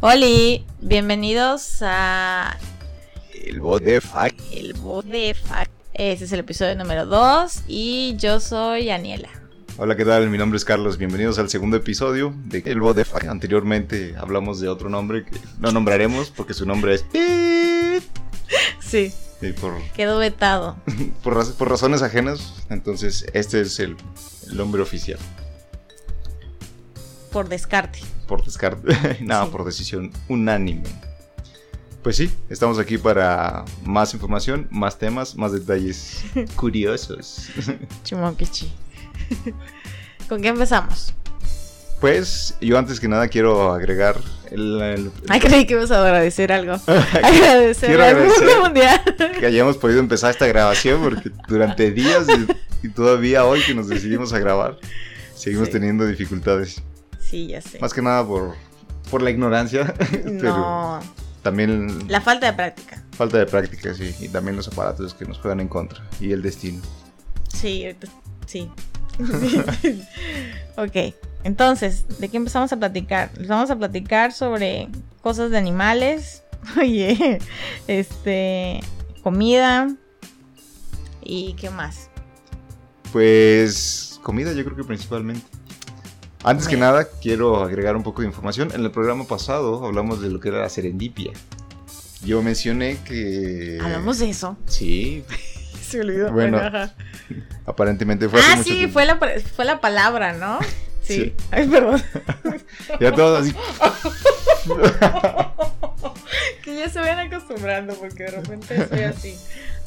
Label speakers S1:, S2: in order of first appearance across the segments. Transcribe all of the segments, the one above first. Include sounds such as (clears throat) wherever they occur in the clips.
S1: Oli, bienvenidos a
S2: El Bodefac.
S1: El Bodefac. Ese Este es el episodio número 2 y yo soy Aniela.
S2: Hola, ¿qué tal? Mi nombre es Carlos. Bienvenidos al segundo episodio de El Bodefac. Anteriormente hablamos de otro nombre que no nombraremos porque su nombre es Pit.
S1: Sí,
S2: Y por,
S1: quedó vetado.
S2: por raz- por razones ajenas, entonces este es el, el nombre oficial.
S1: Por descarte.
S2: Por descarte. (laughs) Nada,
S1: Sí.
S2: por decisión unánime. Pues sí, estamos aquí para más información, más temas, más detalles curiosos.
S1: Chimokichi. (laughs) ¿Con qué empezamos?
S2: Pues yo antes que nada quiero agregar el- el-
S1: Ay, creí que ibas a agradecer algo. Agradecer
S2: (laughs) Quiero
S1: al
S2: agradecer.
S1: mundo mundial.
S2: que hayamos podido empezar esta grabación porque durante días y, y todavía hoy que nos decidimos a grabar seguimos
S1: Sí.
S2: teniendo dificultades.
S1: Sí, ya sé.
S2: Más que nada por, por
S1: (laughs)
S2: la ignorancia, pero
S1: No,
S2: también
S1: la falta de práctica.
S2: falta de práctica, sí, y también los aparatos que nos juegan en contra y el destino.
S1: Sí, ahorita- sí. (laughs) ok, entonces, ¿de qué empezamos a platicar? Vamos a platicar sobre cosas de animales, (laughs) oye, este, comida y qué más.
S2: Pues comida yo creo que principalmente. Antes que
S1: Comida.
S2: nada, quiero agregar un poco de información. En el programa pasado hablamos de lo que era la serendipia. Yo mencioné que...
S1: Hablamos de eso.
S2: Sí,
S1: Eh, Se olvidó.
S2: bueno,
S1: ajá.
S2: aparentemente fue... hace
S1: Ah,
S2: mucho
S1: sí,
S2: tiempo.
S1: fue la, pa- fue la palabra, ¿no? Sí.
S2: Sí.
S1: Ay, perdón.
S2: Ya todos así.
S1: que ya se vayan acostumbrando porque de repente soy así.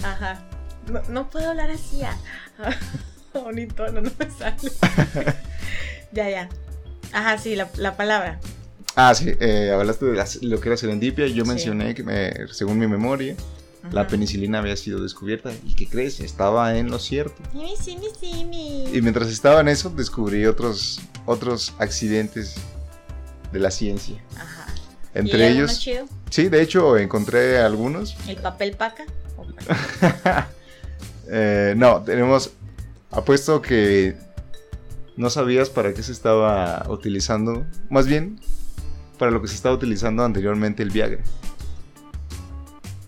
S1: Ajá. No, no puedo hablar así. ah. (laughs) Bonito, no, no me
S2: (laughs)
S1: sale. ya, ya. Ajá, sí, la, la palabra.
S2: Ah, sí, eh, hablaste de las- lo que era serendipia. Yo
S1: Sí.
S2: mencioné que, me- según mi memoria, la
S1: Ajá.
S2: penicilina había sido descubierta. ¿Y qué crees? Estaba en lo cierto.
S1: Simi, simi, simi.
S2: Y mientras estaba en eso, descubrí otros, otros accidentes de la ciencia.
S1: Ajá. ¿Y
S2: Entre
S1: hay
S2: ellos.
S1: alguno chido?
S2: Sí, de hecho, encontré
S1: (laughs)
S2: algunos.
S1: ¿El papel paca? Oh, ¿O cuál?
S2: (laughs) Eh, no, tenemos. Apuesto que no sabías para qué se estaba utilizando. Más bien, para lo que se estaba utilizando anteriormente el Viagra.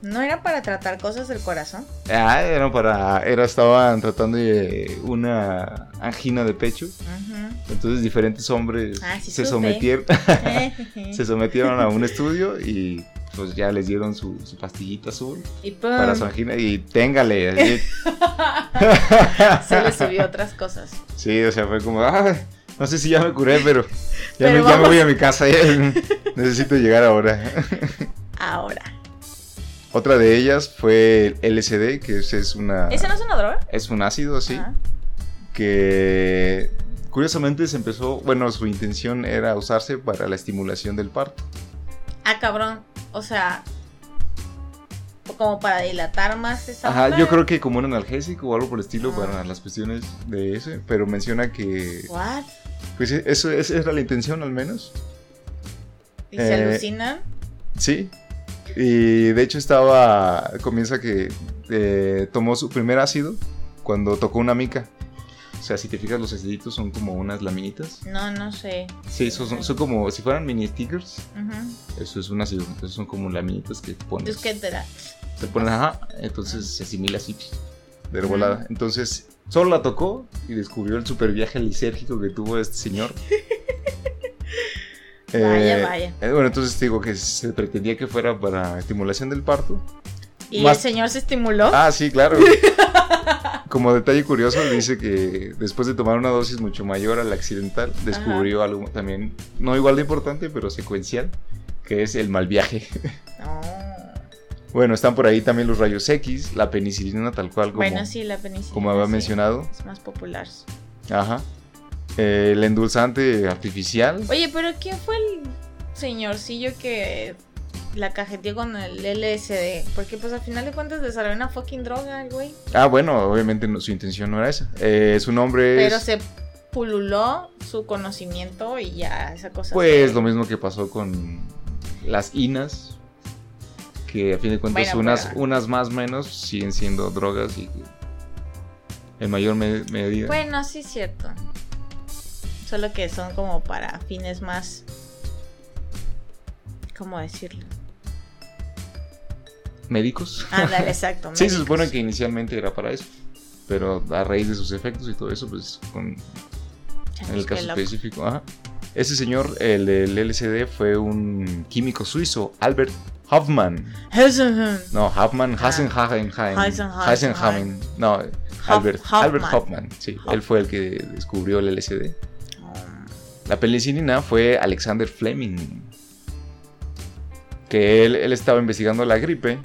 S1: ¿No era para tratar cosas del
S2: (laughs)
S1: corazón?
S2: Ah, era para. Era, estaban tratando de una angina de pecho.
S1: Ajá.
S2: Entonces diferentes hombres
S1: Ah, sí
S2: se,
S1: supe.
S2: sometieron,
S1: Ejé.
S2: (laughs) se sometieron a un estudio y pues ya les dieron su, su pastillita azul
S1: (laughs) y pum,
S2: para su angina y téngale.
S1: (laughs)
S2: así.
S1: se le subió otras cosas.
S2: sí, o sea, fue como, "Ah, no sé si ya me curé, pero ya,
S1: Pero
S2: me, ya me
S1: vamos.
S2: voy a mi casa.
S1: (laughs)
S2: ya necesito llegar ahora.
S1: Ahora.
S2: Otra de ellas fue el LSD, que es, es una...
S1: ¿Esa no es una droga? Ah.
S2: Es un ácido, sí.
S1: Ajá.
S2: que curiosamente se empezó, bueno, su intención era usarse para la estimulación del parto.
S1: Ah, cabrón. O sea, como para dilatar más esa.
S2: Ajá,
S1: onda.
S2: yo creo que como un analgésico o algo por el estilo
S1: Ah.
S2: para las cuestiones de eso, pero menciona que
S1: ¿What?
S2: pues eso esa era la intención al menos.
S1: ¿Y se
S2: Eh,
S1: alucinan?
S2: Sí. Y de hecho estaba comienza que eh, tomó su primer ácido cuando tocó una mica. O sea, si te fijas los aciditos son como unas laminitas.
S1: No, no sé.
S2: Sí, son, son como si fueran mini stickers.
S1: Ujú.
S2: Eso es un ácido, entonces son como laminitas que pones.
S1: Es que te la-
S2: Se ponen, ajá, entonces se asimila así. De volada. Entonces, solo la tocó y descubrió el super viaje lisérgico que tuvo este
S1: (laughs)
S2: señor.
S1: Vaya, vaya.
S2: eh, bueno, entonces te digo que se pretendía que fuera para estimulación del parto.
S1: Y
S2: Más-
S1: el señor se estimuló.
S2: Ah,
S1: (laughs)
S2: sí, claro. Como detalle curioso, dice que después de tomar una dosis mucho mayor a la accidental, descubrió algo también, no igual de importante, pero secuencial, que es el mal viaje. (laughs)
S1: No.
S2: Bueno, están por ahí también los rayos X, la penicilina tal cual como,
S1: Bueno, sí, la penicilina.
S2: como había
S1: Ah, sí.
S2: mencionado.
S1: Es más popular.
S2: Ajá. eh, El endulzante artificial.
S1: Oye, pero ¿quién fue el señorcillo que la cajeteó con el LSD? Porque, pues, al final de cuentas, desarrolló una fucking droga, el güey.
S2: Ah, bueno, obviamente no- su intención no era esa. Eh, su nombre
S1: Pero
S2: es...
S1: se pululó su conocimiento y ya esa cosa.
S2: Pues
S1: se-
S2: lo mismo que pasó con las INAS, que a fin de cuentas
S1: Bueno,
S2: unas,
S1: pero-
S2: unas más menos siguen siendo drogas y que- en mayor me- medida.
S1: Bueno, sí es cierto. Solo que son como para fines más cómo
S2: (laughs)
S1: decirlo.
S2: ¿Médicos?
S1: Ándale, exacto.
S2: (laughs) Sí, se
S1: Ah, médicos.
S2: supone que inicialmente era para eso. Pero a raíz de sus efectos y todo eso, pues con, en
S1: Changos,
S2: el
S1: qué
S2: caso
S1: loco.
S2: específico. Ajá. Ese señor, el del LSD, fue un químico suizo, Albert Hoffman.
S1: Heisenberg.
S2: No, Hoffman,
S1: Ah.
S2: Hasenhagen.
S1: Heisenhagen.
S2: Hasenhagen. No, Albert,
S1: Hoffman.
S2: Albert Hoffman. Sí, él fue el que descubrió el LSD.
S1: (laughs)
S2: La penicilina fue Alexander Fleming. Que él, él estaba investigando la gripe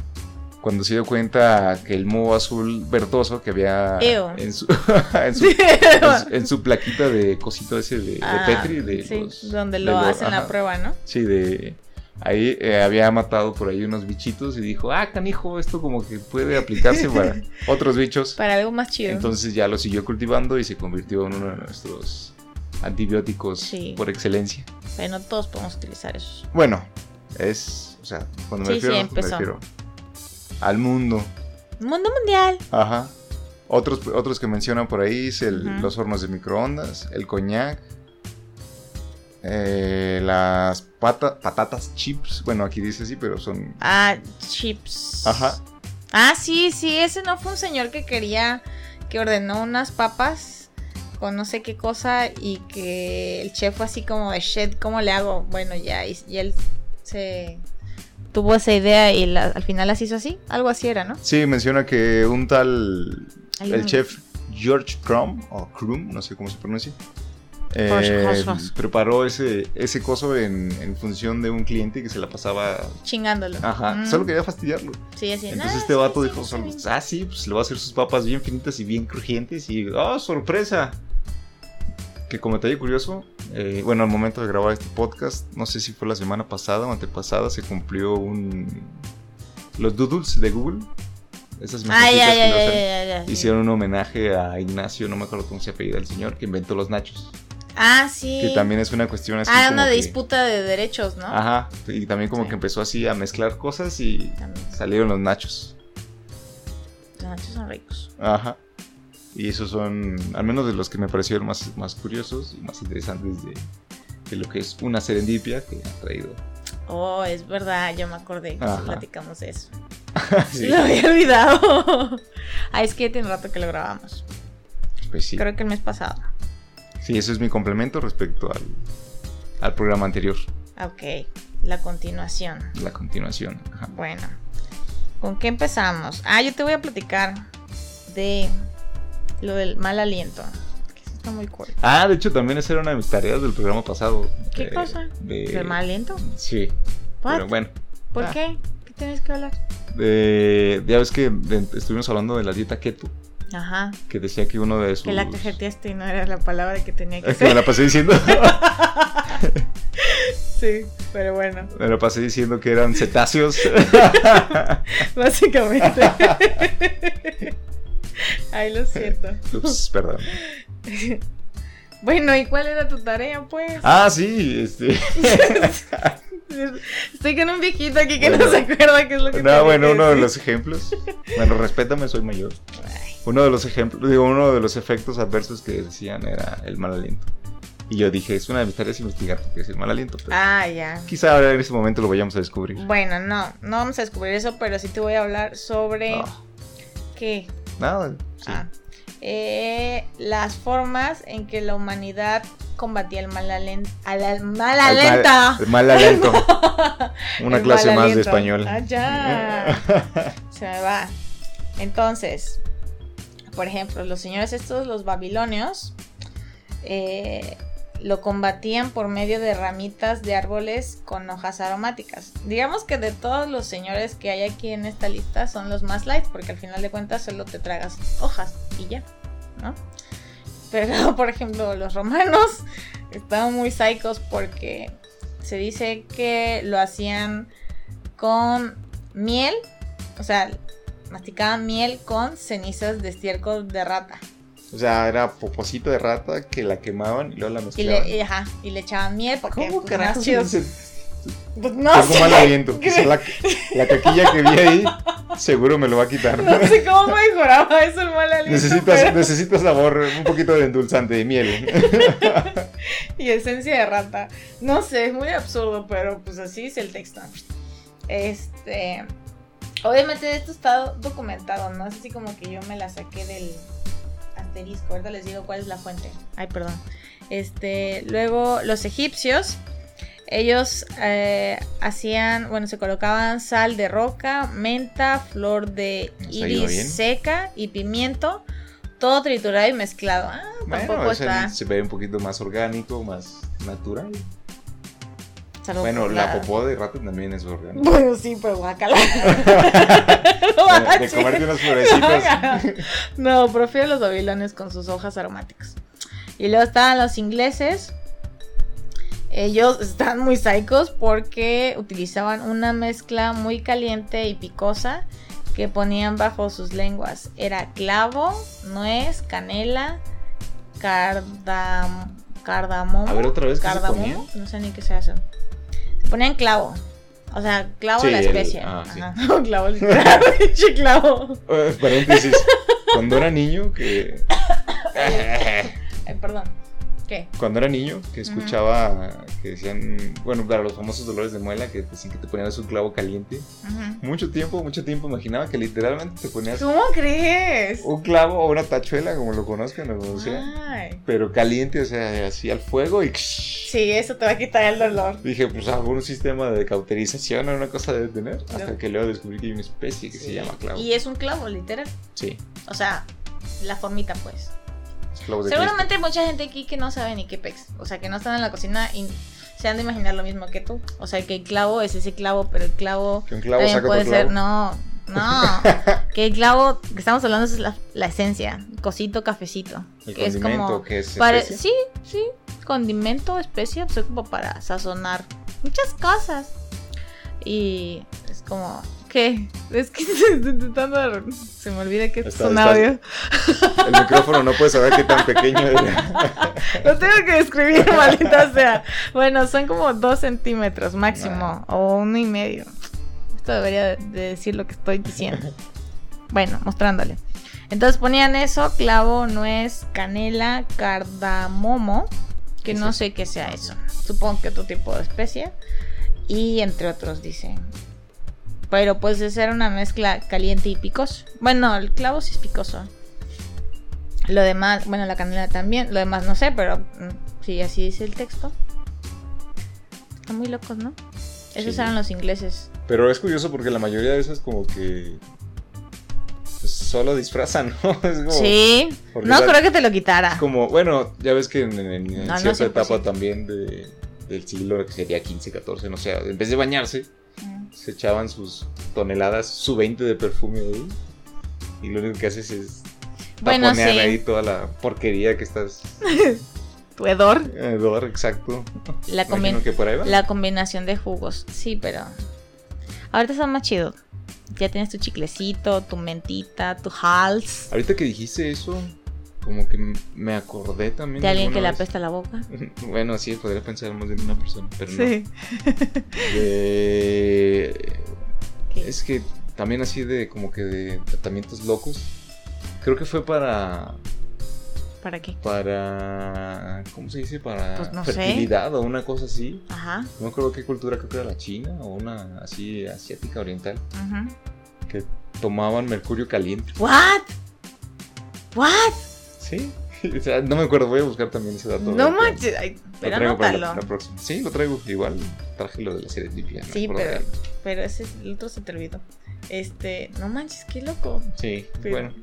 S2: cuando se dio cuenta que el moho azul verdoso que había
S1: Ew.
S2: en su, (laughs) en su- en
S1: (laughs)
S2: su- en su plaquita de cosito ese eh, de, de
S1: Ah,
S2: Petri. De
S1: sí,
S2: los-
S1: donde
S2: de
S1: lo
S2: los-
S1: hacen la
S2: ajá.
S1: prueba, ¿no?
S2: Sí, de. Ahí eh, había matado por ahí unos bichitos y dijo, ah, canijo, esto como que puede aplicarse
S1: (laughs)
S2: para otros bichos.
S1: Para algo más chido.
S2: Entonces ya lo siguió cultivando y se convirtió en uno de nuestros antibióticos
S1: Sí.
S2: por excelencia.
S1: Pero no todos podemos utilizar eso.
S2: Bueno, es, o sea, cuando me
S1: Sí, sí,
S2: refiero, me
S1: empezó.
S2: refiero al mundo.
S1: Mundo mundial.
S2: Ajá. Otros, otros que mencionan por ahí es el-
S1: Ujú.
S2: los hornos de microondas, el coñac, eh, las pata- patatas chips. Bueno, aquí dice así, pero son
S1: Ah, chips.
S2: Ajá.
S1: Ah, sí, sí, ese no fue un señor que quería, que ordenó unas papas con no sé qué cosa y que el chef fue así como de shit, ¿cómo le hago? Bueno, ya, y, y él se tuvo esa idea y la- al final las hizo así, algo así era, ¿no?
S2: Sí, menciona que un tal
S1: Ay,
S2: el
S1: no.
S2: chef George Crumb o Crum, no sé cómo se pronuncia. eh,
S1: George, George, George.
S2: preparó ese, ese coso en, en función de un cliente que se la pasaba.
S1: Chingándolo.
S2: Ajá,
S1: Mm,
S2: solo quería fastidiarlo.
S1: Sí, así.
S2: Entonces
S1: "Ah,
S2: este
S1: sí,
S2: vato
S1: sí,
S2: dijo:
S1: sí, sí".
S2: Ah, sí, pues le va a hacer sus papas bien finitas y bien crujientes. Y ¡oh, sorpresa! Que como detalle curioso, eh, bueno, al momento de grabar este podcast, no sé si fue la semana pasada o antepasada, se cumplió un. Los doodles de Google. Esas
S1: Ay,
S2: maquetitas
S1: ay,
S2: que
S1: ay,
S2: le hacen.
S1: ay, ay, ay.
S2: Hicieron un homenaje a Ignacio, no me acuerdo cómo se apellida el señor, que inventó los nachos.
S1: Ah, sí.
S2: Que también es una cuestión así.
S1: ah,
S2: como
S1: una de
S2: que- Ah.
S1: disputa de derechos, ¿no?
S2: Ajá, y también como
S1: Sí.
S2: que empezó así a mezclar cosas y
S1: También.
S2: salieron los nachos.
S1: Los nachos son ricos.
S2: Ajá. Y esos son, al menos de los que me parecieron más, más curiosos y más interesantes de, de lo que es una serendipia que ha
S1: (laughs)
S2: traído.
S1: Oh, es verdad, yo me acordé que
S2: Ajá.
S1: platicamos de eso.
S2: (laughs) Sí,
S1: Lo había olvidado. Ah, es que tiene rato que lo grabamos.
S2: pues sí.
S1: Creo que el mes pasado.
S2: Sí, eso es mi complemento respecto al, al programa anterior,
S1: Ah, Ok, la continuación.
S2: la continuación. Ajá.
S1: Bueno, ¿con qué empezamos? Ah, yo te voy a platicar de lo del mal aliento. Que eso está muy corto.
S2: Ah, de hecho también esa era una de mis tareas del programa pasado. Eh,
S1: ¿Qué cosa?
S2: De,
S1: ¿Del mal aliento?
S2: Sí.
S1: What?
S2: Pero bueno,
S1: ¿Por
S2: ah.
S1: qué? ¿Qué tienes que hablar?
S2: de- ya ves que de- estuvimos hablando de la dieta keto,
S1: Ajá,
S2: que decía que uno de sus...
S1: que la
S2: (laughs)
S1: cajeteaste y no era la palabra que tenía que
S2: Es que me
S1: ser.
S2: la pasé diciendo, (laughs)
S1: (laughs) Sí, pero bueno,
S2: me la pasé diciendo que eran cetáceos.
S1: (laughs) básicamente. (laughs) Ay, lo siento.
S2: (laughs) Ups, perdón.
S1: Bueno, ¿y cuál era tu tarea, pues?
S2: Ah, sí, este.
S1: Estoy con un viejito aquí que no
S2: Bueno.
S1: se acuerda qué es lo que tenía
S2: No, bueno,
S1: que
S2: uno de
S1: decir.
S2: los ejemplos. Bueno, respétame, soy mayor.
S1: Ay,
S2: Uno de los ejemplos, digo, uno de los efectos adversos que decían era el mal aliento. Y yo dije, es una de mis tareas investigar porque es el mal aliento. pero
S1: Ah, ya.
S2: Quizá ahora en ese momento lo vayamos a descubrir.
S1: Bueno, no, no vamos a descubrir eso, pero sí te voy a hablar sobre
S2: Ah,
S1: qué.
S2: nada, sí.
S1: Ah, eh, las formas en que la humanidad combatía el mal aliento. Al, al mal
S2: Al mal-
S1: aliento.
S2: El mal aliento.
S1: (laughs)
S2: Una
S1: El
S2: clase
S1: mal
S2: más de
S1: aliento.
S2: español.
S1: Ah,
S2: (laughs)
S1: ya. Se me va. Entonces, por ejemplo, los señores estos, los babilonios, eh, lo combatían por medio de ramitas de árboles con hojas aromáticas. Digamos que de todos los señores que hay aquí en esta lista son los más light, porque al final de cuentas solo te tragas hojas y ya, ¿no? Pero, (laughs) por ejemplo, los romanos (laughs) estaban muy psicos porque se dice que lo hacían con miel, o sea, masticaban miel con cenizas de estiércol de rata.
S2: o sea, era poposito de rata que la quemaban y luego la
S1: Y
S2: mezclaban.
S1: le, y, ajá, y le echaban miel porque
S2: ¿Cómo
S1: pues,
S2: carajo
S1: más
S2: se,
S1: chido.
S2: se-
S1: Pues no
S2: Tengo
S1: sé.
S2: mal aliento. Quizá
S1: creo-
S2: la, la caquilla que vi ahí seguro me lo va a
S1: (laughs)
S2: quitar.
S1: No sé cómo mejoraba eso el mal aliento.
S2: necesitas,
S1: pero-
S2: necesitas sabor, un poquito de endulzante,
S1: (laughs)
S2: de miel.
S1: Y esencia de rata. No sé, es muy absurdo, pero pues así es el texto. Este. Obviamente esto está documentado, no es así como que yo me la saqué del asterisco. Ahorita les digo cuál es la fuente. Ay, perdón. Este, luego los egipcios, ellos eh, hacían, bueno, se colocaban sal de roca, menta, flor de
S2: Nos ha ido bien.
S1: iris seca y pimiento, todo triturado y mezclado. Ah, tampoco
S2: Bueno, ese
S1: está.
S2: se ve un poquito más orgánico, más natural.
S1: salvo
S2: Bueno,
S1: por
S2: la popó de rato también
S1: (laughs)
S2: es orgánica.
S1: Bueno, sí, pero (laughs)
S2: (laughs)
S1: guacala.
S2: De, de comerte unas florecitas.
S1: (laughs) no, prefiero los babilones con sus hojas aromáticas. Y luego estaban los ingleses. Ellos están muy saicos porque utilizaban una mezcla muy caliente y picosa que ponían bajo sus lenguas. Era clavo, nuez, canela, cardam- cardamomo.
S2: A ver, otra vez, ¿qué se
S1: Cardamomo, no sé ni qué se hace. Se ponían clavo. O sea, clavo
S2: Sí,
S1: la
S2: el-
S1: especie.
S2: ah,
S1: Ajá. (laughs) clavo literal, pinche clavo.
S2: Eh, paréntesis. Cuando era
S1: (coughs)
S2: niño, que.
S1: Ay, Eh, perdón. ¿Qué?
S2: Cuando era niño, que escuchaba que decían, bueno, para los famosos dolores de muela, que decían que te ponías un clavo caliente.
S1: Ujú.
S2: Mucho tiempo, mucho tiempo imaginaba que literalmente te ponías
S1: ¿Cómo crees?
S2: un clavo o una tachuela, como lo conozcan o como
S1: Ah.
S2: sea,
S1: Ay.
S2: pero caliente, o sea, así al fuego y.
S1: Sí, eso te va a quitar el dolor.
S2: Dije, pues algún sistema de cauterización o una cosa debe tener. Hasta
S1: No.
S2: que luego descubrí que hay una especie que se llama clavo.
S1: Y es un clavo, literal.
S2: Sí,
S1: O sea, la formita, pues.
S2: los clavos de
S1: Seguramente hay mucha gente aquí que no sabe ni qué pex. O sea, que no están en la cocina y se han de imaginar lo mismo que tú. O sea, que el clavo es ese clavo, pero el clavo.
S2: Cristo. Que un clavo
S1: También
S2: saca
S1: puede
S2: otro
S1: ser,
S2: clavo.
S1: no, no.
S2: (laughs)
S1: que el clavo que estamos hablando es la, la esencia, cosito, cafecito.
S2: El
S1: que es
S2: condimento,
S1: como.
S2: que es
S1: pare-
S2: especie.
S1: sí, sí, condimento, especia, pues, como para sazonar muchas cosas. Y es como. ¿Qué? (laughs) Es que estoy intentando. Se me olvida que es
S2: Está-
S1: un
S2: está-
S1: audio.
S2: El micrófono no puede saber qué tan
S1: (laughs)
S2: pequeño era.
S1: Lo tengo que describir, (laughs) maldita sea. Bueno, son como dos centímetros máximo, o uno y medio. Esto debería de decir lo que estoy diciendo. Bueno, mostrándole. Entonces ponían eso, clavo, nuez, canela, cardamomo, que no sé qué sea eso. Supongo que otro tipo de especia. Y entre otros, dicen. Pero pues esa era una mezcla caliente y picoso. Bueno, el clavo sí es picoso. Lo demás, bueno, la canela también. Lo demás no sé, pero mm, sí, así dice el texto. Están muy locos, ¿no? Esos
S2: Sí.
S1: eran los ingleses.
S2: Pero es curioso porque la mayoría de esas como que pues, solo disfrazan, ¿no? (laughs) Es como,
S1: sí.
S2: porque
S1: No
S2: la-
S1: creo que te lo quitara.
S2: como, bueno, ya ves que en, en- en
S1: No, no,
S2: cierta
S1: 100%.
S2: etapa también de, del siglo que sería 15, 14, no sé, en vez de bañarse,
S1: Mm.
S2: se echaban sus toneladas, su 20 de perfume ahí. Y lo único que haces es
S1: Bueno,
S2: taponear
S1: sí.
S2: ahí toda la porquería que estás
S1: Tu hedor.
S2: eh, dólar exacto.
S1: La, combin-
S2: Imagino que por ahí va.
S1: la combinación de jugos. Sí, pero. Ahorita está más chido. Ya tienes tu chiclecito, tu mentita, tu hals.
S2: Ahorita que dijiste eso, como que m- me acordé también.
S1: De alguien que le
S2: alguna
S1: apesta la boca.
S2: vez. (laughs) Bueno, sí, podría pensar más de una persona, pero no. De-
S1: ¿Qué?
S2: Es que también así de como que de tratamientos locos. Creo que fue para.
S1: ¿Para qué?
S2: para. ¿Cómo se dice? Para
S1: Pues no sé.
S2: fertilidad o una cosa así.
S1: Ajá.
S2: No me acuerdo qué cultura, creo que era la China o una así asiática oriental.
S1: ujú.
S2: Que tomaban mercurio caliente.
S1: ¿What? ¿What?
S2: Sí. (laughs) O sea, no me acuerdo, voy a buscar también ese dato. a
S1: No
S2: ver qué-
S1: manches. Ay,
S2: Lo
S1: pero
S2: traigo para
S1: anótalo.
S2: la, la próxima. Sí, lo traigo. Igual traje lo de la serie típica. ¿no?
S1: Sí,
S2: Por
S1: pero,
S2: acá.
S1: pero ese es- el otro se te olvidó. Este, no manches, qué loco.
S2: Sí,
S1: Pero-
S2: bueno.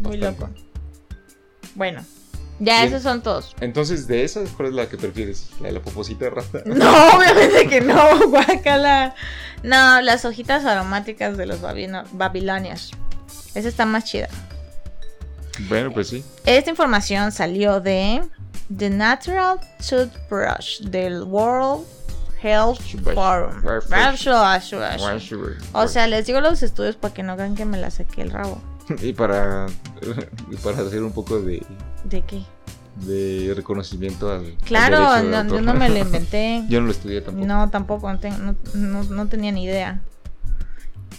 S1: Muy
S2: bastante.
S1: loco. Bueno, ya
S2: Bien.
S1: esos son
S2: (laughs)
S1: todos.
S2: Entonces, de esas, ¿cuál es la que prefieres? ¿La de la poposita de rata?
S1: No, obviamente que no, (laughs) guacala. No, las hojitas aromáticas de los babino- babilonios. Esa está más chida.
S2: Bueno, pues sí.
S1: Esta información salió de The Natural Toothbrush del World Health
S2: Toothbrush.
S1: Forum.
S2: Toothbrush.
S1: Brush, brush, brush. O
S2: (laughs)
S1: sea, les digo los estudios para que no crean que me la saqué el rabo.
S2: (laughs) Y para, y para hacer un poco de,
S1: ¿De qué?
S2: de reconocimiento al.
S1: Claro, no,
S2: al derecho de
S1: yo
S2: autor.
S1: no me lo inventé.
S2: (laughs) Yo no lo estudié tampoco.
S1: No, tampoco, no, ten- no- no- no tenía ni idea.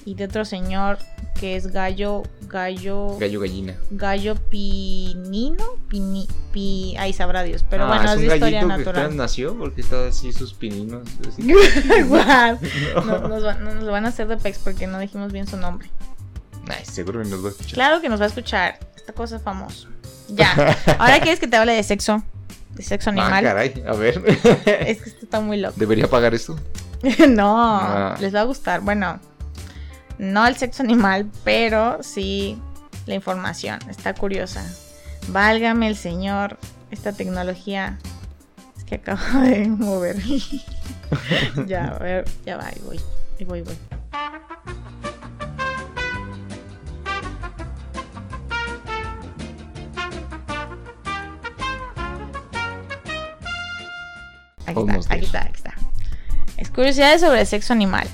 S1: Y de otro señor que es Gallo, Gallo,
S2: Gallo gallina.
S1: Gallo Pinino, Pini, pi, ahí sabrá Dios, pero
S2: Ah,
S1: bueno, es,
S2: un
S1: de historia
S2: gallito que apenas
S1: natural. (laughs)
S2: nació porque está así sus pininos. así.
S1: Guau.
S2: No.
S1: No- nos, va- no- nos lo van a hacer de pex porque no dijimos bien su nombre.
S2: Ay, seguro que nos va a escuchar.
S1: Claro que nos va a escuchar. Esta cosa es famosa. Ya. Ahora quieres que te hable de sexo. De sexo
S2: Ah,
S1: animal.
S2: caray, a ver. (laughs)
S1: es que esto está muy loco.
S2: ¿Debería pagar esto?
S1: (laughs) no,
S2: Ah.
S1: les va a gustar. Bueno, no el sexo animal, pero sí la información. Está curiosa. Válgame el señor, esta tecnología es que acabo (laughs) de mover. ya, a ver, ya va, ahí voy, ahí voy, voy. Aquí
S2: Almost
S1: está, aquí
S2: there.
S1: está, aquí está. Es curiosidades sobre el sexo animal.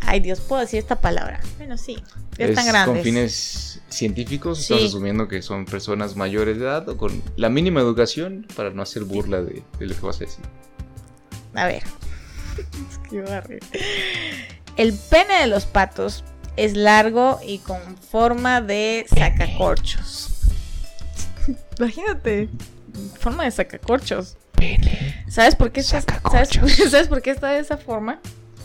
S1: Ay, Dios, puedo decir esta palabra. Bueno, sí, ya
S2: es
S1: están grandes.
S2: con fines científicos,
S1: Sí.
S2: estás asumiendo que son personas mayores de edad o con la mínima educación para no hacer burla de, de lo que vas a decir.
S1: A (laughs) ver. Es que iba a reír. El pene de los patos es largo y con forma de sacacorchos. Imagínate, forma de sacacorchos. ¿Sabes por qué está, ¿sabes,
S2: Sacacorchos.
S1: ¿sabes por qué está de esa forma?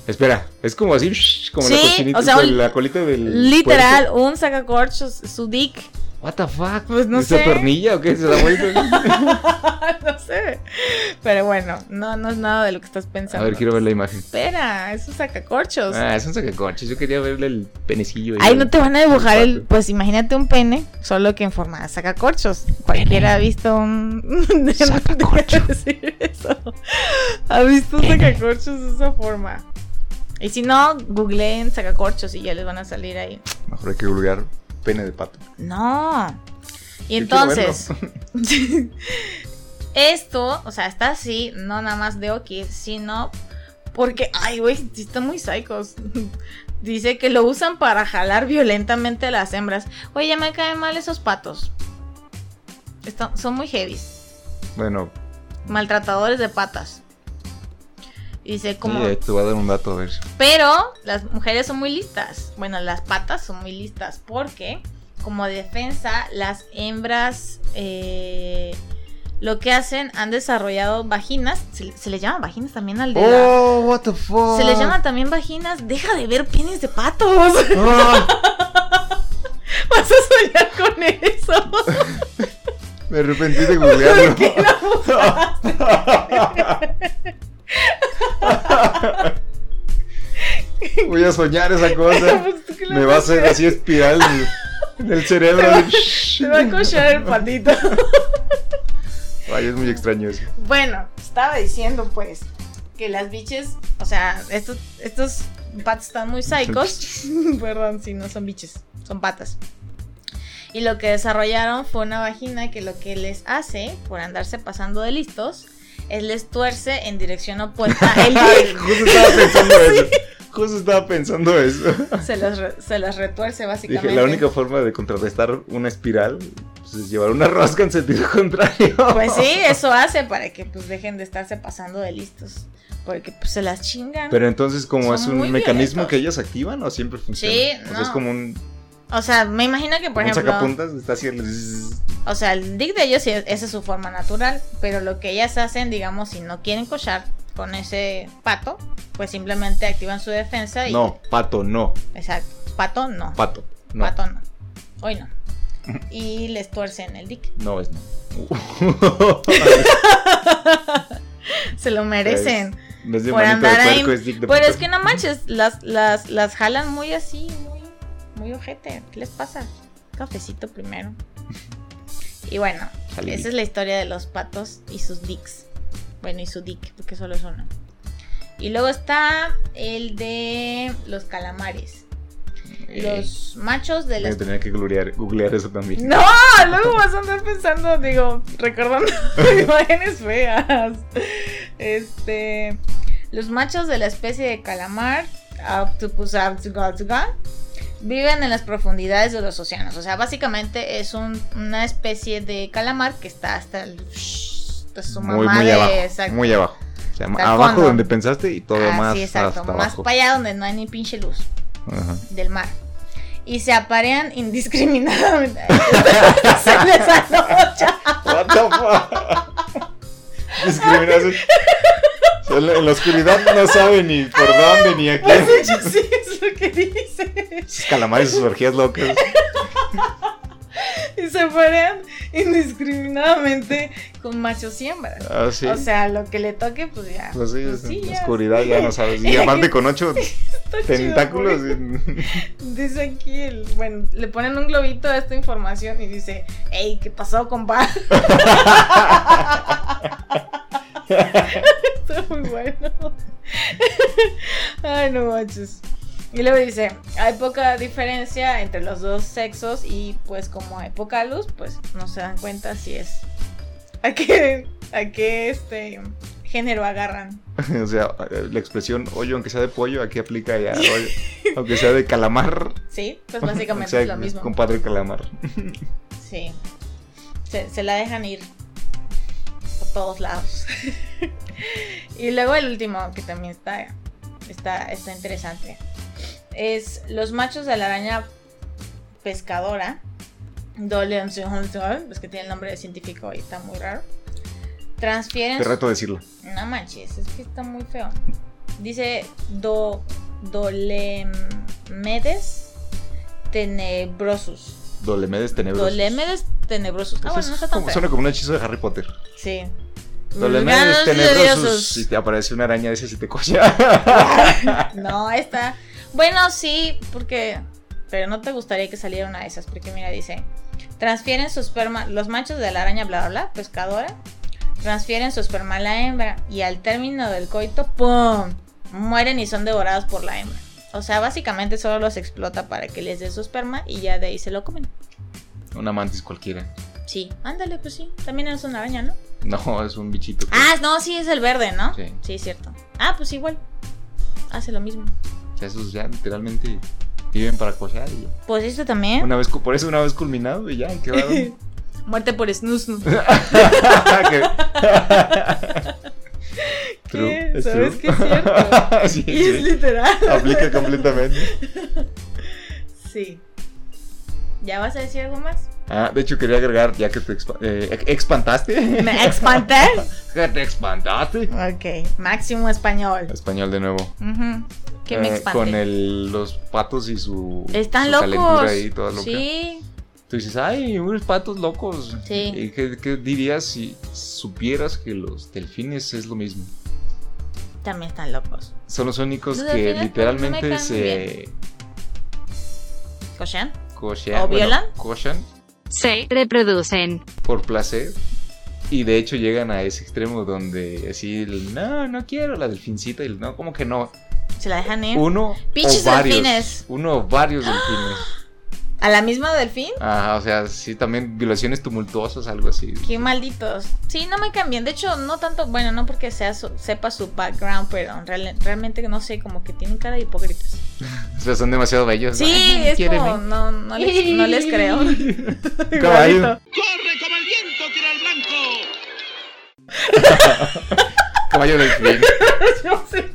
S2: Espera, es como así, shh, como la
S1: Sí,
S2: cochinita,
S1: o sea,
S2: con
S1: un-
S2: la colita del.
S1: Literal, un sacacorchos, su dick.
S2: puerco. What the fuck?
S1: Pues no
S2: ¿Es de
S1: sé.
S2: tornilla o qué? ¿Se
S1: (laughs)
S2: da vuelta?
S1: (laughs) no sé. Pero bueno, no, no es nada de lo que estás
S2: a
S1: pensando.
S2: ver, quiero ver la imagen.
S1: Espera, es un sacacorchos.
S2: Ah, es un sacacorchos. Yo quería verle el penecillo. ahí
S1: Ay,
S2: al-
S1: no te van a dibujar
S2: al
S1: el.
S2: pato.
S1: Pues imagínate un pene, solo que en forma de sacacorchos. Cualquiera ha visto un. (laughs)
S2: Sacacorcho.
S1: Deja de decir eso. Ha visto un sacacorchos de esa forma. Y si no, googleen sacacorchos y ya les van a salir ahí.
S2: Mejor hay que vulgar pene de pato.
S1: No. Y
S2: Yo quiero verlo. (laughs)
S1: entonces. (laughs) esto, o sea, está así, no nada más de Oki, sino porque, ay, güey, sí están muy psicos. (laughs) Dice que lo usan para jalar violentamente a las hembras. Güey, ya me caen mal esos patos. Están- son muy heavies.
S2: Bueno,
S1: Maltratadores de patas. Y Dice, como.
S2: sí, te voy a dar un dato a ver.
S1: Pero las mujeres son muy listas. Bueno, las patas son muy listas porque como defensa las hembras eh, lo que hacen han desarrollado vaginas. Se, se les llama vaginas también al de la-
S2: Oh, what the fuck.
S1: Se les llama también vaginas. Deja de ver penes de patos. (laughs)
S2: Ah,
S1: Vas a soñar con
S2: (laughs)
S1: eso.
S2: me arrepentí de googlearlo. (laughs) Voy a soñar esa
S1: (laughs)
S2: cosa.
S1: Pues, ¿tú qué le
S2: Me va a
S1: vas
S2: hacer así espiral en el cerebro.
S1: Te va a cochar el patito.
S2: Ay, es muy extraño eso.
S1: Bueno, estaba diciendo pues que las biches, o sea, estos, estos patas están muy psicos. (laughs) Perdón, si no son biches, son patas. Y lo que desarrollaron fue una vagina que lo que les hace, por andarse pasando de listos, es les tuerce en dirección
S2: (laughs)
S1: opuesta el
S2: Ay,
S1: dick.
S2: justo estaba pensando eso. Justo estaba pensando eso.
S1: Se las, re- se las retuerce básicamente.
S2: Dije, la única forma de contrarrestar una espiral pues, es llevar una rosca en sentido contrario.
S1: Pues sí, eso hace para que pues dejen de estarse pasando de listos. Porque pues se las chingan.
S2: Pero entonces, como
S1: Son
S2: es un
S1: muy
S2: mecanismo
S1: violentos.
S2: que ellas activan o siempre funciona.
S1: Sí,
S2: O sea,
S1: no.
S2: es como un,
S1: o sea, me imagino que por
S2: un
S1: ejemplo...
S2: sacapuntas que está haciendo. zzzz.
S1: O sea, el dick de ellos, sí, esa es su forma natural. Pero lo que ellas hacen, digamos, si no quieren cochar con ese pato, pues simplemente activan su defensa y.
S2: No, pato, no.
S1: Exacto. Pato no.
S2: Pato. No.
S1: Pato no. Hoy no. Y les tuercen el dick.
S2: No es no.
S1: (laughs) Se lo merecen.
S2: No (laughs) es de
S1: Por
S2: manito de
S1: andar ahí-
S2: puerco, es dick de
S1: Pero
S2: pato.
S1: Pues es que no manches, las, las, las jalan muy así, muy, muy ojete. ¿Qué les pasa? Cafecito primero. Y bueno,
S2: Sale
S1: Esa
S2: dick.
S1: es la historia de los patos y sus dicks. Bueno, y su dick, porque solo es uno. Y luego está el de los calamares. Los machos de
S2: Voy a
S1: las...
S2: tener que googlear, googlear eso también.
S1: No, luego vas a andar pensando, digo, recordando
S2: (laughs)
S1: (laughs) imágenes feas. Este... pues, Los machos de la especie de calamar, Octopus abdugan, viven en las profundidades de los océanos. O sea, básicamente es un- una especie de calamar que está hasta el. hasta su
S2: Muy,
S1: mamá
S2: muy
S1: de-
S2: abajo.
S1: exacto.
S2: Muy abajo. O sea,
S1: Hasta el
S2: abajo
S1: fondo.
S2: donde pensaste y todo
S1: Ah,
S2: más
S1: sí, exacto.
S2: hasta
S1: más
S2: abajo.
S1: para allá donde no hay ni pinche luz
S2: Ajá.
S1: del mar. Y se aparean indiscriminadamente. (laughs) se les anocha.
S2: What the fuck? Discriminación. O sea, en la- en la oscuridad no sabe ni por dónde ni a
S1: Pues de
S2: quién.
S1: hecho, sí, es lo que dice.
S2: Esos calamares y sus orgías locas.
S1: Y se aparean indiscriminadamente con machos y hembras.
S2: Así.
S1: O sea, lo que le toque, pues ya.
S2: Ah, Pues sí,
S1: Pues sí,
S2: en la
S1: ya,
S2: oscuridad
S1: sí.
S2: ya no sabes. Y aparte con ocho
S1: Está chido,
S2: tentáculos.
S1: güey.
S2: y-
S1: Dice aquí, el- bueno, le ponen un globito a esta información y dice, hey, ¿qué pasó, compa? (laughs) Está muy bueno. Ay, no manches. Y luego dice, hay poca diferencia entre los dos sexos y pues como hay poca luz, pues no se dan cuenta si es... ¿A qué, a qué este género agarran?
S2: O sea, la expresión hoyo, aunque sea de pollo, aquí aplica
S1: (laughs)
S2: ya. hoyo, aunque sea de calamar.
S1: Sí, pues
S2: o
S1: básicamente
S2: sea,
S1: es lo mismo.
S2: Compadre calamar.
S1: Sí. Se, se la dejan ir por todos lados. (laughs) y luego el último, que también está, está, está interesante, es los machos de la araña pescadora. Doleonceonceon, pues que tiene el nombre de científico y está muy raro. Transfieren...
S2: Te reto a decirlo.
S1: No manches, es que está muy feo. Dice do, Dolemedes tenebrosus.
S2: Dolemedes tenebrosos.
S1: Dolemedes tenebrosos. Ah,
S2: Eso
S1: bueno, no
S2: es
S1: está tan
S2: como-
S1: feo.
S2: suena
S1: Mm,
S2: como un hechizo de Harry Potter.
S1: Sí.
S2: Dolemedes
S1: Vulganos
S2: tenebrosos.
S1: leviosos.
S2: Y te aparece una araña de esas y te cocha.
S1: (laughs) No, está. Bueno, sí, porque. Pero no te gustaría que saliera una de esas, porque mira, dice: transfieren su esperma, los machos de la araña, bla, bla, bla, pescadora, transfieren su esperma a la hembra y al término del coito, ¡pum! Mueren y son devorados por la hembra. O sea, básicamente solo los explota para que les dé su esperma y ya de ahí se lo comen.
S2: (laughs) Una mantis cualquiera.
S1: Sí, ándale, pues sí. También es una araña, ¿no?
S2: No, es un bichito. que-
S1: Ah, no, sí, es el verde, ¿no?
S2: Sí.
S1: Sí, es cierto. Ah, pues igual. Hace lo mismo.
S2: O sea, esos ya literalmente viven para cochar. Y ya.
S1: Pues esto también. (laughs)
S2: Una vez, cu- por eso una vez culminado y ya, y (laughs) quedaron.
S1: Muerte por snus.
S2: (laughs) Que- True, es
S1: ¿Sabes qué
S2: true.
S1: es
S2: (laughs)
S1: cierto?
S2: Sí,
S1: Y es
S2: sí.
S1: literal.
S2: Aplica completamente.
S1: Sí. ¿Ya vas a decir algo más?
S2: Ah, de hecho quería agregar, ya que te expa- eh, ex- expantaste.
S1: ¿Me
S2: (laughs)
S1: espanté?
S2: Que te expantaste.
S1: ok, máximo español.
S2: Español de nuevo.
S1: Ujú, Que me
S2: Eh,
S1: expandé.
S2: con el, los patos y su.
S1: Están
S2: su
S1: locos.
S2: calentura ahí toda loca.
S1: Sí.
S2: Tú dices, ay, unos patos locos.
S1: Sí.
S2: ¿Y qué, qué dirías si supieras que los delfines es lo mismo?
S1: También están locos.
S2: Son los únicos
S1: Los
S2: que
S1: delfines no- no
S2: literalmente
S1: me caen
S2: se
S1: ¿Cochan?
S2: cochean.
S1: ¿O violan?
S2: cochean
S3: Se reproducen.
S2: por placer. Y de hecho llegan a ese extremo donde así, el, no, no quiero la delfincita. Y el, no, como que no.
S1: Se la dejan ir.
S2: Uno
S1: Pinches
S2: o varios.
S1: delfines. ¡Ah!
S2: Uno o varios delfines.
S1: ¿A la misma delfín?
S2: Ajá, o sea, sí, también violaciones tumultuosas, algo así.
S1: Qué malditos. Sí, no me cambian. De hecho, no tanto, bueno, no porque sea su- sepa su background, pero real- realmente no sé, como que tienen cara de hipócritas.
S2: O sea, son demasiado bellos.
S1: Sí,
S2: Ay,
S1: es
S2: quiéreme.
S1: (laughs) como, no, no les, no les creo.
S2: Caballo.
S4: ¡Corre como el viento, tira al blanco!
S2: (laughs) Caballo delfín.
S1: Yo sé.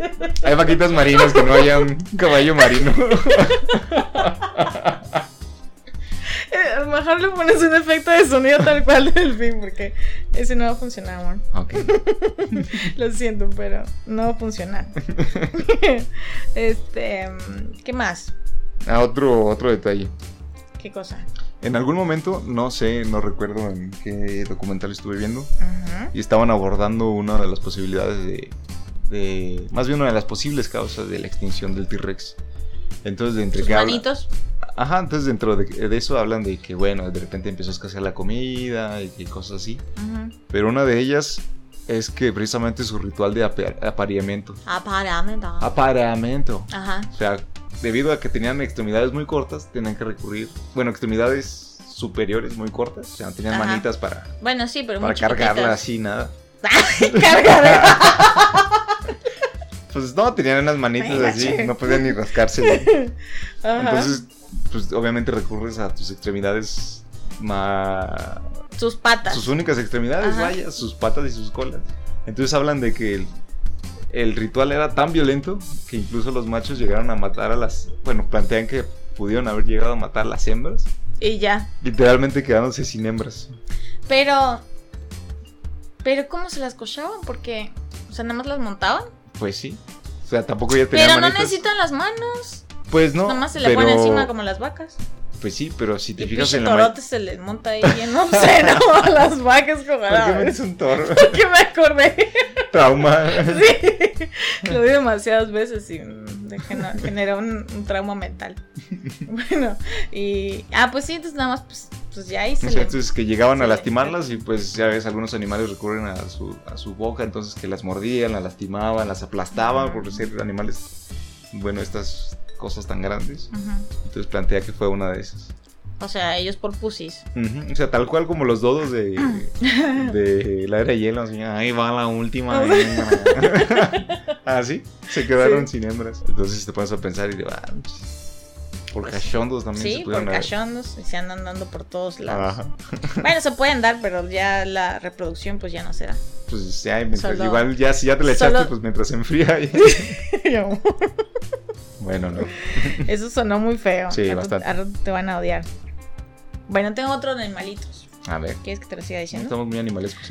S2: Hay vaquitas marinas que no haya un caballo marino. (laughs)
S1: Eh, A lo mejor le pones un efecto de sonido tal cual del fin, porque ese no va a funcionar, amor.
S2: Ok.
S1: Lo siento, pero no va a funcionar. este, mm, ¿qué más?
S2: Ah, otro, otro detalle.
S1: ¿Qué cosa?
S2: En algún momento, no sé, no recuerdo en qué documental estuve viendo,
S1: Ujú.
S2: y estaban abordando una de las posibilidades de, de- más bien una de las posibles causas de la extinción del T-Rex. Entonces, de entre
S1: Sus
S2: que habla-
S1: manitos.
S2: Ajá, entonces dentro de, de eso hablan de que, bueno, de repente empezó a escasear la comida y que cosas así.
S1: Ujú.
S2: Pero una de ellas es que precisamente su ritual de apa- apareamiento.
S1: Ah, Aparamento.
S2: Ah. Apareamiento.
S1: Ajá.
S2: O sea, debido a que tenían extremidades muy cortas, tenían que recurrir, bueno, extremidades superiores muy cortas, o sea, no tenían
S1: Ajá.
S2: manitas para,
S1: Bueno, sí, pero
S2: para
S1: muy
S2: cargarla
S1: chiquititas.
S2: así, nada.
S1: (laughs) Ay, cárgala.
S2: Pues no, tenían unas manitas
S1: Venga,
S2: así,
S1: che.
S2: no podían ni rascarse.
S1: (laughs) Ajá.
S2: Entonces, pues obviamente recurres a tus extremidades más...
S1: Sus patas.
S2: Sus únicas extremidades,
S1: Ajá.
S2: vaya, sus patas y sus colas. Entonces hablan de que el, el ritual era tan violento que incluso los machos llegaron a matar a las... Bueno, plantean que pudieron haber llegado a matar a las hembras,
S1: Y ya.
S2: literalmente quedándose sin hembras.
S1: Pero. Pero ¿cómo se las cochaban? Porque. O sea, nada más las montaban.
S2: Pues sí. O sea, tampoco ya tenían
S1: Pero no
S2: manitas.
S1: necesitan las manos.
S2: Pues no,
S1: nada más se le
S2: pero...
S1: ponen encima como las vacas.
S2: Pues sí, pero si
S1: Y
S2: te
S1: el
S2: fijas
S1: pinche
S2: en la... ma-
S1: torote se les monta ahí bien (laughs) obsceno a las vacas como
S2: ¿Por qué
S1: nada. (laughs)
S2: me dices un toro? (laughs)
S1: Que me acordé.
S2: Trauma.
S1: (laughs) Sí. Lo vi demasiadas veces y mm, de gena- generó un, un trauma
S2: (laughs)
S1: mental. Bueno, y. Ah, pues sí, entonces nada más, pues, pues ya ahí se
S2: O sea,
S1: le.
S2: entonces que llegaban
S1: se
S2: a
S1: le-
S2: lastimarlas y pues ya ves, algunos animales recurren a su, a su boca, entonces que las mordían, las lastimaban, las aplastaban por ser animales, bueno, estas cosas tan grandes.
S1: Ujú.
S2: Entonces plantea que fue una de esas.
S1: O sea, ellos por pusis.
S2: Ujú, O sea, tal cual como los dodos de,
S1: (laughs)
S2: de la era de hielo, así, ahí va la última (laughs) hembra. Así, se quedaron sin hembras. Entonces te pones a pensar y de, ah, por cachondos también se
S1: Pues Sí,
S2: pudieron
S1: por
S2: haber-
S1: cachondos y se andan dando por todos lados.
S2: Ajá.
S1: Bueno, se pueden dar, pero ya la reproducción pues ya no será.
S2: Pues ya, mientras,
S1: Solo-
S2: igual ya si ya te la echaste,
S1: solo-
S2: pues mientras se enfría.
S1: (laughs)
S2: y- (laughs) bueno, no.
S1: Eso sonó muy feo.
S2: Sí,
S1: Al rato-
S2: bastante.
S1: al rato te van a odiar. Bueno, tengo otros animalitos.
S2: A ver.
S1: ¿Quieres que te lo siga diciendo?
S2: Estamos muy animalescos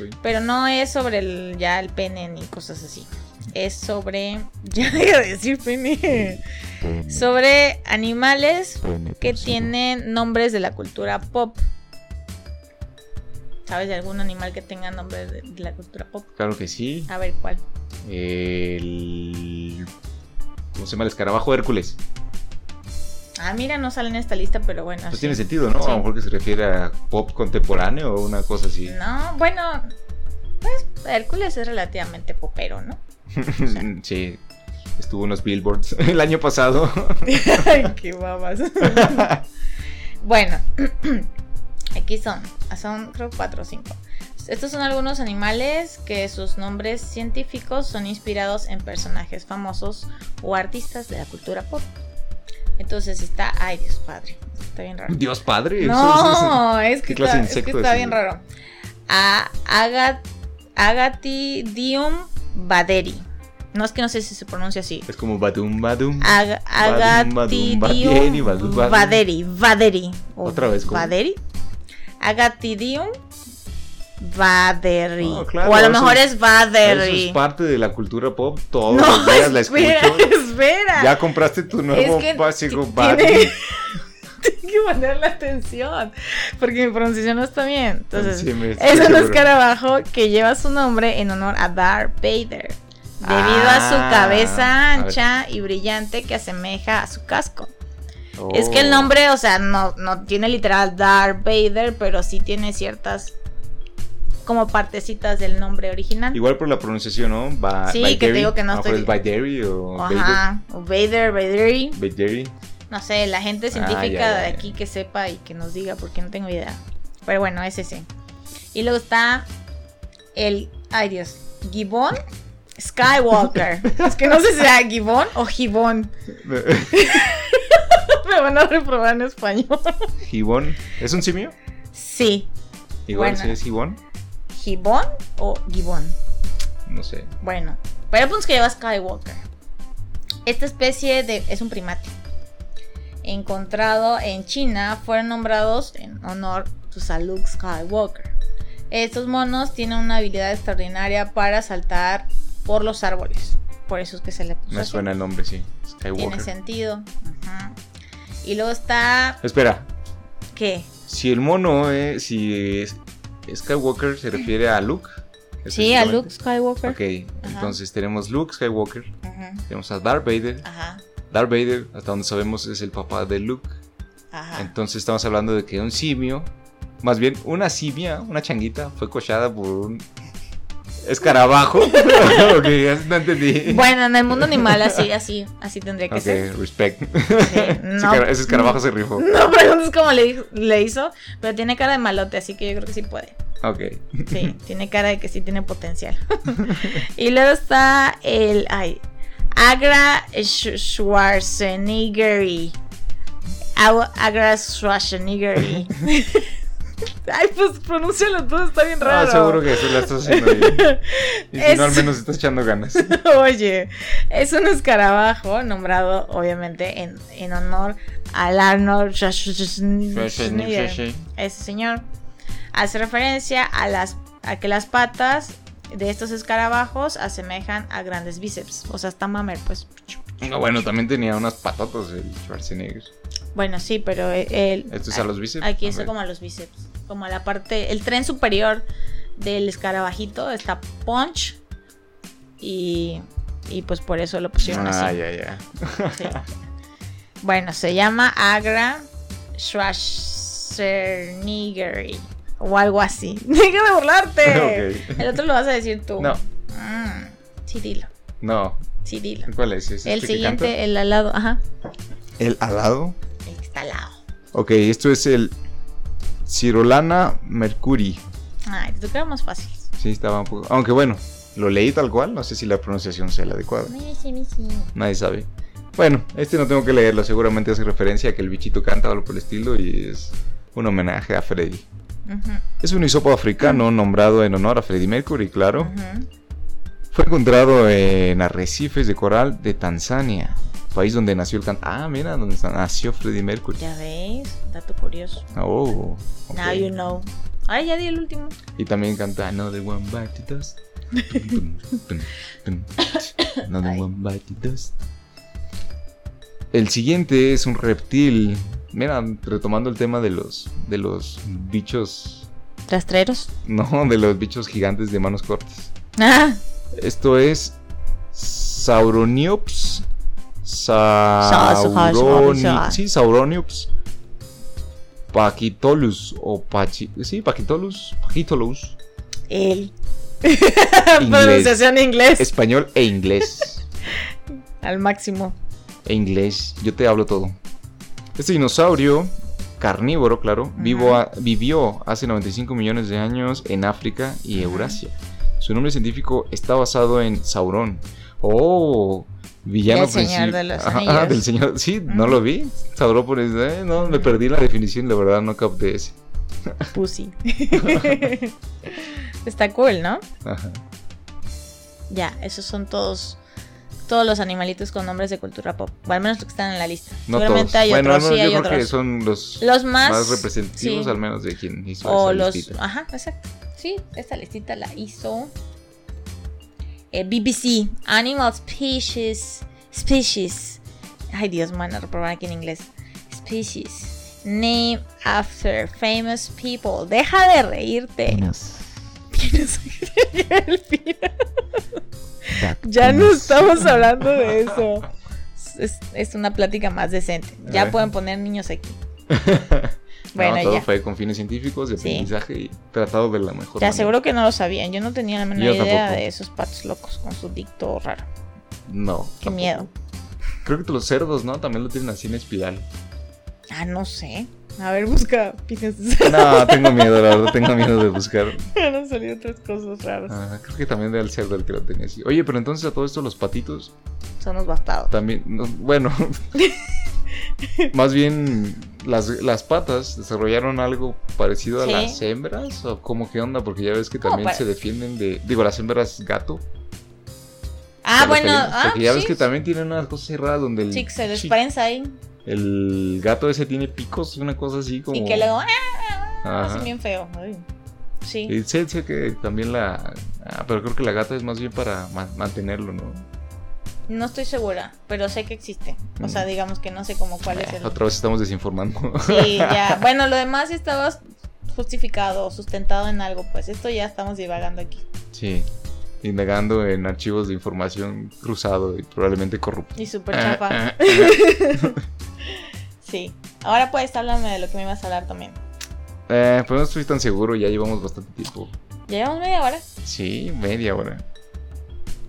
S1: (laughs)
S2: hoy.
S1: Pero no es sobre el, ya el pene ni cosas así. Es sobre. (laughs) Ya deja de decir pene. Sobre animales que tienen nombres de la cultura pop. ¿Sabes de algún animal que tenga nombre de de la cultura pop?
S2: Claro que sí.
S1: A ver cuál.
S2: El. ¿Cómo se llama? El escarabajo Hércules.
S1: Ah, mira, no sale en esta lista, pero bueno.
S2: Pues
S1: sí.
S2: tiene sentido, ¿no?
S1: Sí.
S2: A lo mejor que se refiere a pop contemporáneo o una cosa así.
S1: No, bueno. Pues Hércules es relativamente popero, ¿no?
S2: (laughs) sí. Estuvo en los billboards (laughs) el año pasado.
S1: Ay, qué babas. (laughs) bueno, (clears throat) aquí son. ah, Son creo cuatro o cinco. Estos son algunos animales que sus nombres científicos son inspirados en personajes famosos o artistas de la cultura pop. Entonces está. Ay, Dios padre. Está bien raro.
S2: Dios padre.
S1: No, es que,
S2: ¿Qué clase
S1: está,
S2: de
S1: es que
S2: insecto
S1: está
S2: es
S1: bien
S2: ese?
S1: raro. A Agat- Agatidium baderi. No es que no sé si se pronuncia así.
S2: (laughs) Es como Badum Badum.
S1: Ag-
S2: Badum, badum, baderi, badum,
S1: Agatidium
S2: badum.
S1: Vaderi, Vaderi. o
S2: Otra vez, ¿cómo?
S1: Vaderi. Agatidium Vaderi.
S2: Ah, claro,
S1: o a lo
S2: eso
S1: mejor
S2: es-
S1: es
S2: Eso es
S1: Vaderi.
S2: parte de la cultura pop. Todos (laughs)
S1: (laughs)
S2: los
S1: no,
S2: días
S1: (laughs)
S2: la
S1: espera,
S2: escucho.
S1: espera.
S2: Ya compraste tu nuevo
S1: Es que
S2: básico
S1: ti-
S2: Barbie. (laughs)
S1: tiene- Tiene que ponerle atención. Porque mi pronunciación no está bien. Entonces,
S2: Sí, me-
S1: es un
S2: seguro.
S1: escarabajo que lleva su nombre en honor a Darth Vader. Debido a
S2: Ah,
S1: su cabeza
S2: a ver.
S1: ancha y brillante que asemeja a su casco.
S2: Oh.
S1: Es que el nombre, o sea, no, no tiene literal Darth Vader, pero sí tiene ciertas como partecitas del nombre original.
S2: Igual por la pronunciación, ¿no? Ba- Ah,
S1: Sí, que te digo que no
S2: A lo mejor
S1: estoy-
S2: es Baideri pues o Baideri.
S1: Ajá, o Vader, Vaderi.
S2: Baideri.
S1: no sé, la gente
S2: Ah,
S1: científica
S2: ya, ya,
S1: de
S2: ya.
S1: aquí que sepa y que nos diga porque no tengo idea. Pero bueno, es ese. Y luego está el, ay Dios, Gibbon Skywalker. es que no sé si sea Gibbon o Gibbon. (laughs)
S2: (laughs)
S1: Me van a reprobar en español.
S2: Gibón. ¿Es un simio?
S1: Sí,
S2: Igual
S1: Bueno.
S2: si es Gibón.
S1: Gibbon o Gibbon.
S2: No sé.
S1: Bueno, pero el punto es que lleva Skywalker. Esta especie de, es un primate. Encontrado en China, fueron nombrados en honor pues, a Luke Skywalker. Estos monos tienen una habilidad extraordinaria para saltar por los árboles. Por eso es que se le puso
S2: Me
S1: Pues así.
S2: suena el nombre, sí.
S1: Tiene
S2: Skywalker.
S1: sentido. Ajá. Y luego está.
S2: Espera.
S1: ¿Qué?
S2: Si el mono es. Si es- Skywalker se refiere a Luke.
S1: Sí, a Luke
S2: específicamente.
S1: Skywalker.
S2: Ok,
S1: Ajá.
S2: entonces tenemos Luke Skywalker,
S1: Ajá.
S2: tenemos a Darth Vader.
S1: Ajá.
S2: Darth Vader, hasta donde sabemos, es el papá de Luke.
S1: Ajá.
S2: Entonces estamos hablando de que un simio, más bien una simia, una changuita, fue cochada por un
S1: (laughs)
S2: escarabajo. ok, ya no entendí.
S1: Bueno, en el mundo animal así, así, así tendría que
S2: Ok, (laughs)
S1: ser.
S2: respect.
S1: Sí,
S2: Ese cara- Ese escarabajo se rifó.
S1: No preguntes cómo le, dijo- le hizo, pero tiene cara de malote, así que yo creo que sí puede.
S2: Ok. (laughs)
S1: Sí, tiene cara de que sí tiene potencial. (laughs) y luego está el. Ay. Agra Sch- Schwarzenegger. Agua- Agra Schwarzenegger.
S2: (laughs)
S1: Ay, pues pronúncialo todo, está bien
S2: Ah,
S1: raro.
S2: seguro que eso la estás haciendo bien. Y si no, al
S1: Es-
S2: menos estás echando ganas.
S1: (laughs) Oye, es un escarabajo nombrado obviamente en, en honor al Arnold Schwarzenegger. Ese señor hace referencia a, las, a que las patas de estos escarabajos asemejan a grandes bíceps. O sea, está mamer, pues.
S2: No, bueno, también tenía unas patatas el Schwarzenegger.
S1: Bueno, sí, pero e- el-
S2: Esto es a los bíceps.
S1: aquí
S2: A
S1: es
S2: ver.
S1: como a los bíceps. Como a la parte, el tren superior del escarabajito está punch y, y pues por eso lo pusieron así.
S2: Ah, ya, ya.
S1: Sí. Bueno, se llama Agra Schwarzenegger o algo así. (laughs) Deja de burlarte.
S2: (laughs)
S1: (laughs)
S2: Ok.
S1: El otro lo vas a decir tú.
S2: No,
S1: Mm, sí, dilo.
S2: no.
S1: Sí, dilo.
S2: ¿Cuál es? ¿Es
S1: El
S2: este que canta?
S1: siguiente, el al lado. Ajá.
S2: ¿El alado?
S1: El que está al lado.
S2: Ok, esto es el Cirolana Mercury.
S1: Ay, te toca más fácil.
S2: Sí, estaba un poco. Aunque bueno, lo leí tal cual. No sé si la pronunciación sea la adecuada.
S1: Ay, sí, sí, sí.
S2: Nadie sabe. Bueno, este no tengo que leerlo. Seguramente hace referencia a que el bichito canta o algo por el estilo y es un homenaje a Freddy.
S1: Ujú,
S2: Es un hisopo africano nombrado en honor a Freddie Mercury, claro.
S1: ujú.
S2: Fue encontrado en arrecifes de coral de Tanzania, país donde nació el cantante. Ah, mira, donde sa- nació Freddie Mercury.
S1: Ya ves, dato curioso.
S2: Oh, ok.
S1: Now you know. Ay, ya di el último.
S2: Y también canta Another One Bite the Dust. Tum, tum, tum, tum. Another
S1: Ay.
S2: One Bite the Dust. El siguiente es un reptil. Mira, retomando el tema de los, de los bichos.
S1: Rastreros.
S2: No, de los bichos gigantes de manos cortas.
S1: Ah,
S2: Esto es Sauroniops.
S1: sa- sa-
S2: Sauroni, sí, Sauroniops. Paquitolus o Pachi, sí, Paquitolus, Paquitolus, (laughs)
S1: él. Pronunciación en inglés.
S2: español
S1: (laughs)
S2: e inglés.
S1: Al máximo.
S2: E inglés, yo te hablo todo. Este dinosaurio, carnívoro, claro, vivo a- vivió hace 95 millones de años en África y Eurasia. Su nombre científico está basado en Sauron. Oh, villano
S1: Del Señor
S2: princip-
S1: de los
S2: Ajá,
S1: Anillos.
S2: del señor, sí, no
S1: Ujú.
S2: lo vi. Sauron por eso, eh, no, me
S1: Ujú.
S2: perdí la definición, la verdad no capté ese. (laughs)
S1: Pussy. Está cool, ¿no?
S2: Ajá.
S1: Ya, esos son todos todos los animalitos con nombres de cultura pop. O al menos los que están en la lista.
S2: No
S1: Seguramente
S2: todos.
S1: hay
S2: bueno,
S1: otros,
S2: al menos
S1: sí hay
S2: yo creo que
S1: otros.
S2: son los
S1: Los más,
S2: más, representativos,
S1: sí.
S2: al menos de quien hizo
S1: O
S2: esa
S1: los.
S2: listita.
S1: Ajá, exacto. Sí, esta listita la hizo. eh, BBC, Animal Species. Species. Ay, Dios, man, a reprobar aquí en inglés. Species. Name after famous people. Deja de reírte. (laughs) Tienes que llegar al final. Ya no
S2: (laughs)
S1: estamos hablando de eso. Es, es una plática más decente. Ya
S2: Ajá.
S1: pueden poner niños
S2: (laughs)
S1: aquí.
S2: Bueno,
S1: Bueno,
S2: todo
S1: ya.
S2: fue con fines científicos, de
S1: Sí.
S2: aprendizaje y tratado de la mejor
S1: Te
S2: manera.
S1: aseguro que no lo sabían. Yo no tenía la menor
S2: Yo
S1: idea
S2: tampoco.
S1: de esos patos locos con su dicto raro.
S2: No.
S1: Qué
S2: tampoco.
S1: miedo.
S2: Creo que los cerdos, ¿no? También lo tienen así en espiral.
S1: Ah, no sé. A ver, busca pines.
S2: No, tengo miedo, la verdad, tengo miedo de buscar.
S1: (laughs) Van a salir otras cosas raras.
S2: Ah, creo que también era el cerdo el que lo tenía así. Oye, pero entonces a todo esto los patitos
S1: Son los bastados.
S2: también,
S1: (laughs)
S2: no, bueno, más bien las, las patas desarrollaron algo parecido a
S1: Sí.
S2: las hembras o cómo qué onda, porque ya ves que
S1: No,
S2: también
S1: pa-
S2: se defienden de, digo, las hembras gato.
S1: Ah,
S2: de los
S1: bueno.
S2: felinos,
S1: Ah,
S2: porque ya ves
S1: sí.
S2: que también tienen unas cosas cerradas donde el,
S1: Sí, que se les
S2: chi-
S1: prensa ahí.
S2: el gato ese tiene picos, una cosa así como...
S1: Y que luego. ah,
S2: Ajá.
S1: Hacen bien feo. Ay. Sí.
S2: Y sé, sé que también la... ah, pero creo que la gata es más bien para ma- mantenerlo, ¿no?
S1: No estoy segura, pero sé que existe. O sea,
S2: Mm.
S1: digamos que no sé cómo cuál es
S2: Eh,
S1: el.
S2: Otra vez estamos desinformando. (laughs)
S1: Sí, (laughs) ya. Bueno, lo demás ya estaba justificado, sustentado en algo, pues. Esto ya estamos divagando aquí.
S2: sí. Indagando en archivos de información cruzado y probablemente corrupto. Ah,
S1: Y súper chafa. (laughs) Sí. Ahora puedes háblame de lo que me ibas a hablar también.
S2: Eh, pues no estoy tan seguro, ya llevamos bastante tiempo.
S1: ¿Ya llevamos media hora?
S2: Sí, media hora.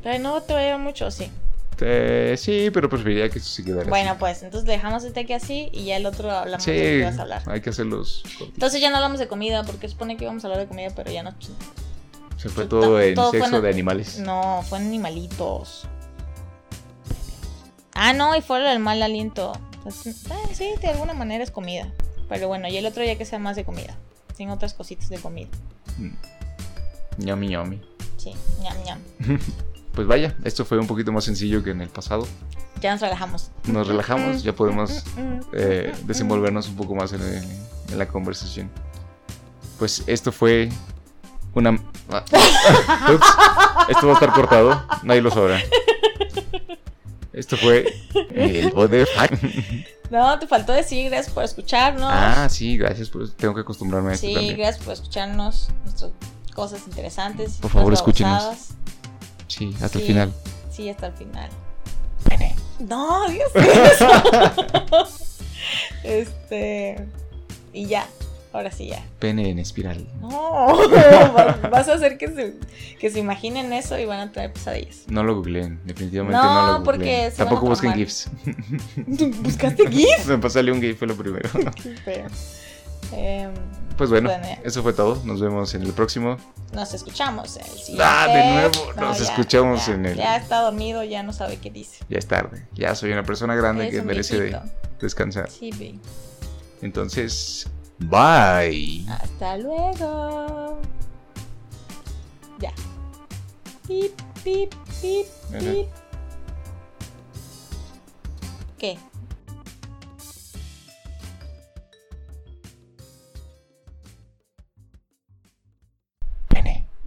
S1: Pero no te va a llevar mucho, sí.
S2: Eh, sí, pero preferiría que esto se quedara
S1: Bueno,
S2: así.
S1: pues entonces dejamos este aquí así y ya el otro hablamos de lo que ibas a hablar.
S2: Sí, hay que hacerlos cortitos.
S1: Entonces ya no hablamos de comida, porque supone que íbamos a hablar de comida, pero ya no.
S2: Se fue
S1: to-
S2: todo en
S1: todo fue
S2: sexo
S1: en-
S2: de animales.
S1: No, fueron animalitos. Ah, no, y fue lo del mal aliento. Entonces, ah, sí, de alguna manera es comida. Pero bueno, y el otro ya que sea más de comida. Tiene otras cositas de comida.
S2: Ñomi, ñomi.
S1: Sí, ñam, ñam.
S2: Mm. Pues vaya, esto fue un poquito más sencillo que en el pasado.
S1: Ya nos relajamos.
S2: Nos relajamos, ya podemos
S1: Mm,
S2: eh, desenvolvernos un poco más en, el- en la conversación. Pues esto fue una... ah, (laughs) ups, esto va a estar cortado, nadie lo sabrá. Esto fue el poder.
S1: No, te faltó decir gracias por escucharnos.
S2: Ah, sí, gracias, pues tengo que acostumbrarme a esto
S1: sí,
S2: también.
S1: gracias por escucharnos. Nuestras cosas interesantes.
S2: Por favor,
S1: nuestras
S2: escúchenos.
S1: babosadas.
S2: Sí, hasta el
S1: Sí.
S2: final.
S1: Sí, hasta el final. No, Dios
S2: (laughs)
S1: mío. este. Y ya. Ahora sí, ya.
S2: Pene en espiral.
S1: No,
S2: (laughs)
S1: vas, vas a hacer que se, que se imaginen eso y van a traer pesadillas.
S2: No lo googleen, definitivamente no,
S1: No,
S2: lo googleen.
S1: porque se van a
S2: Tampoco busquen
S1: traumar.
S2: GIFs. (laughs)
S1: ¿Buscaste (laughs) GIF?
S2: Me pasó un GIF, fue lo primero. (laughs)
S1: Qué feo. Em,
S2: Pues bueno,
S1: Bueno, ya.
S2: eso fue todo. Nos vemos en el próximo.
S1: nos escuchamos. El siguiente.
S2: Ah, de nuevo, nos escuchamos
S1: ya,
S2: en el-
S1: Ya está dormido, ya no sabe qué dice.
S2: Ya es tarde. Ya soy una persona grande
S1: Eres
S2: que
S1: un
S2: merece de-
S1: viejito.
S2: descansar.
S1: Sí, ve.
S2: Entonces, bye.
S1: Hasta luego. Ya. Pip, pip, pip,
S2: Ajá.
S1: pip. ¿Qué?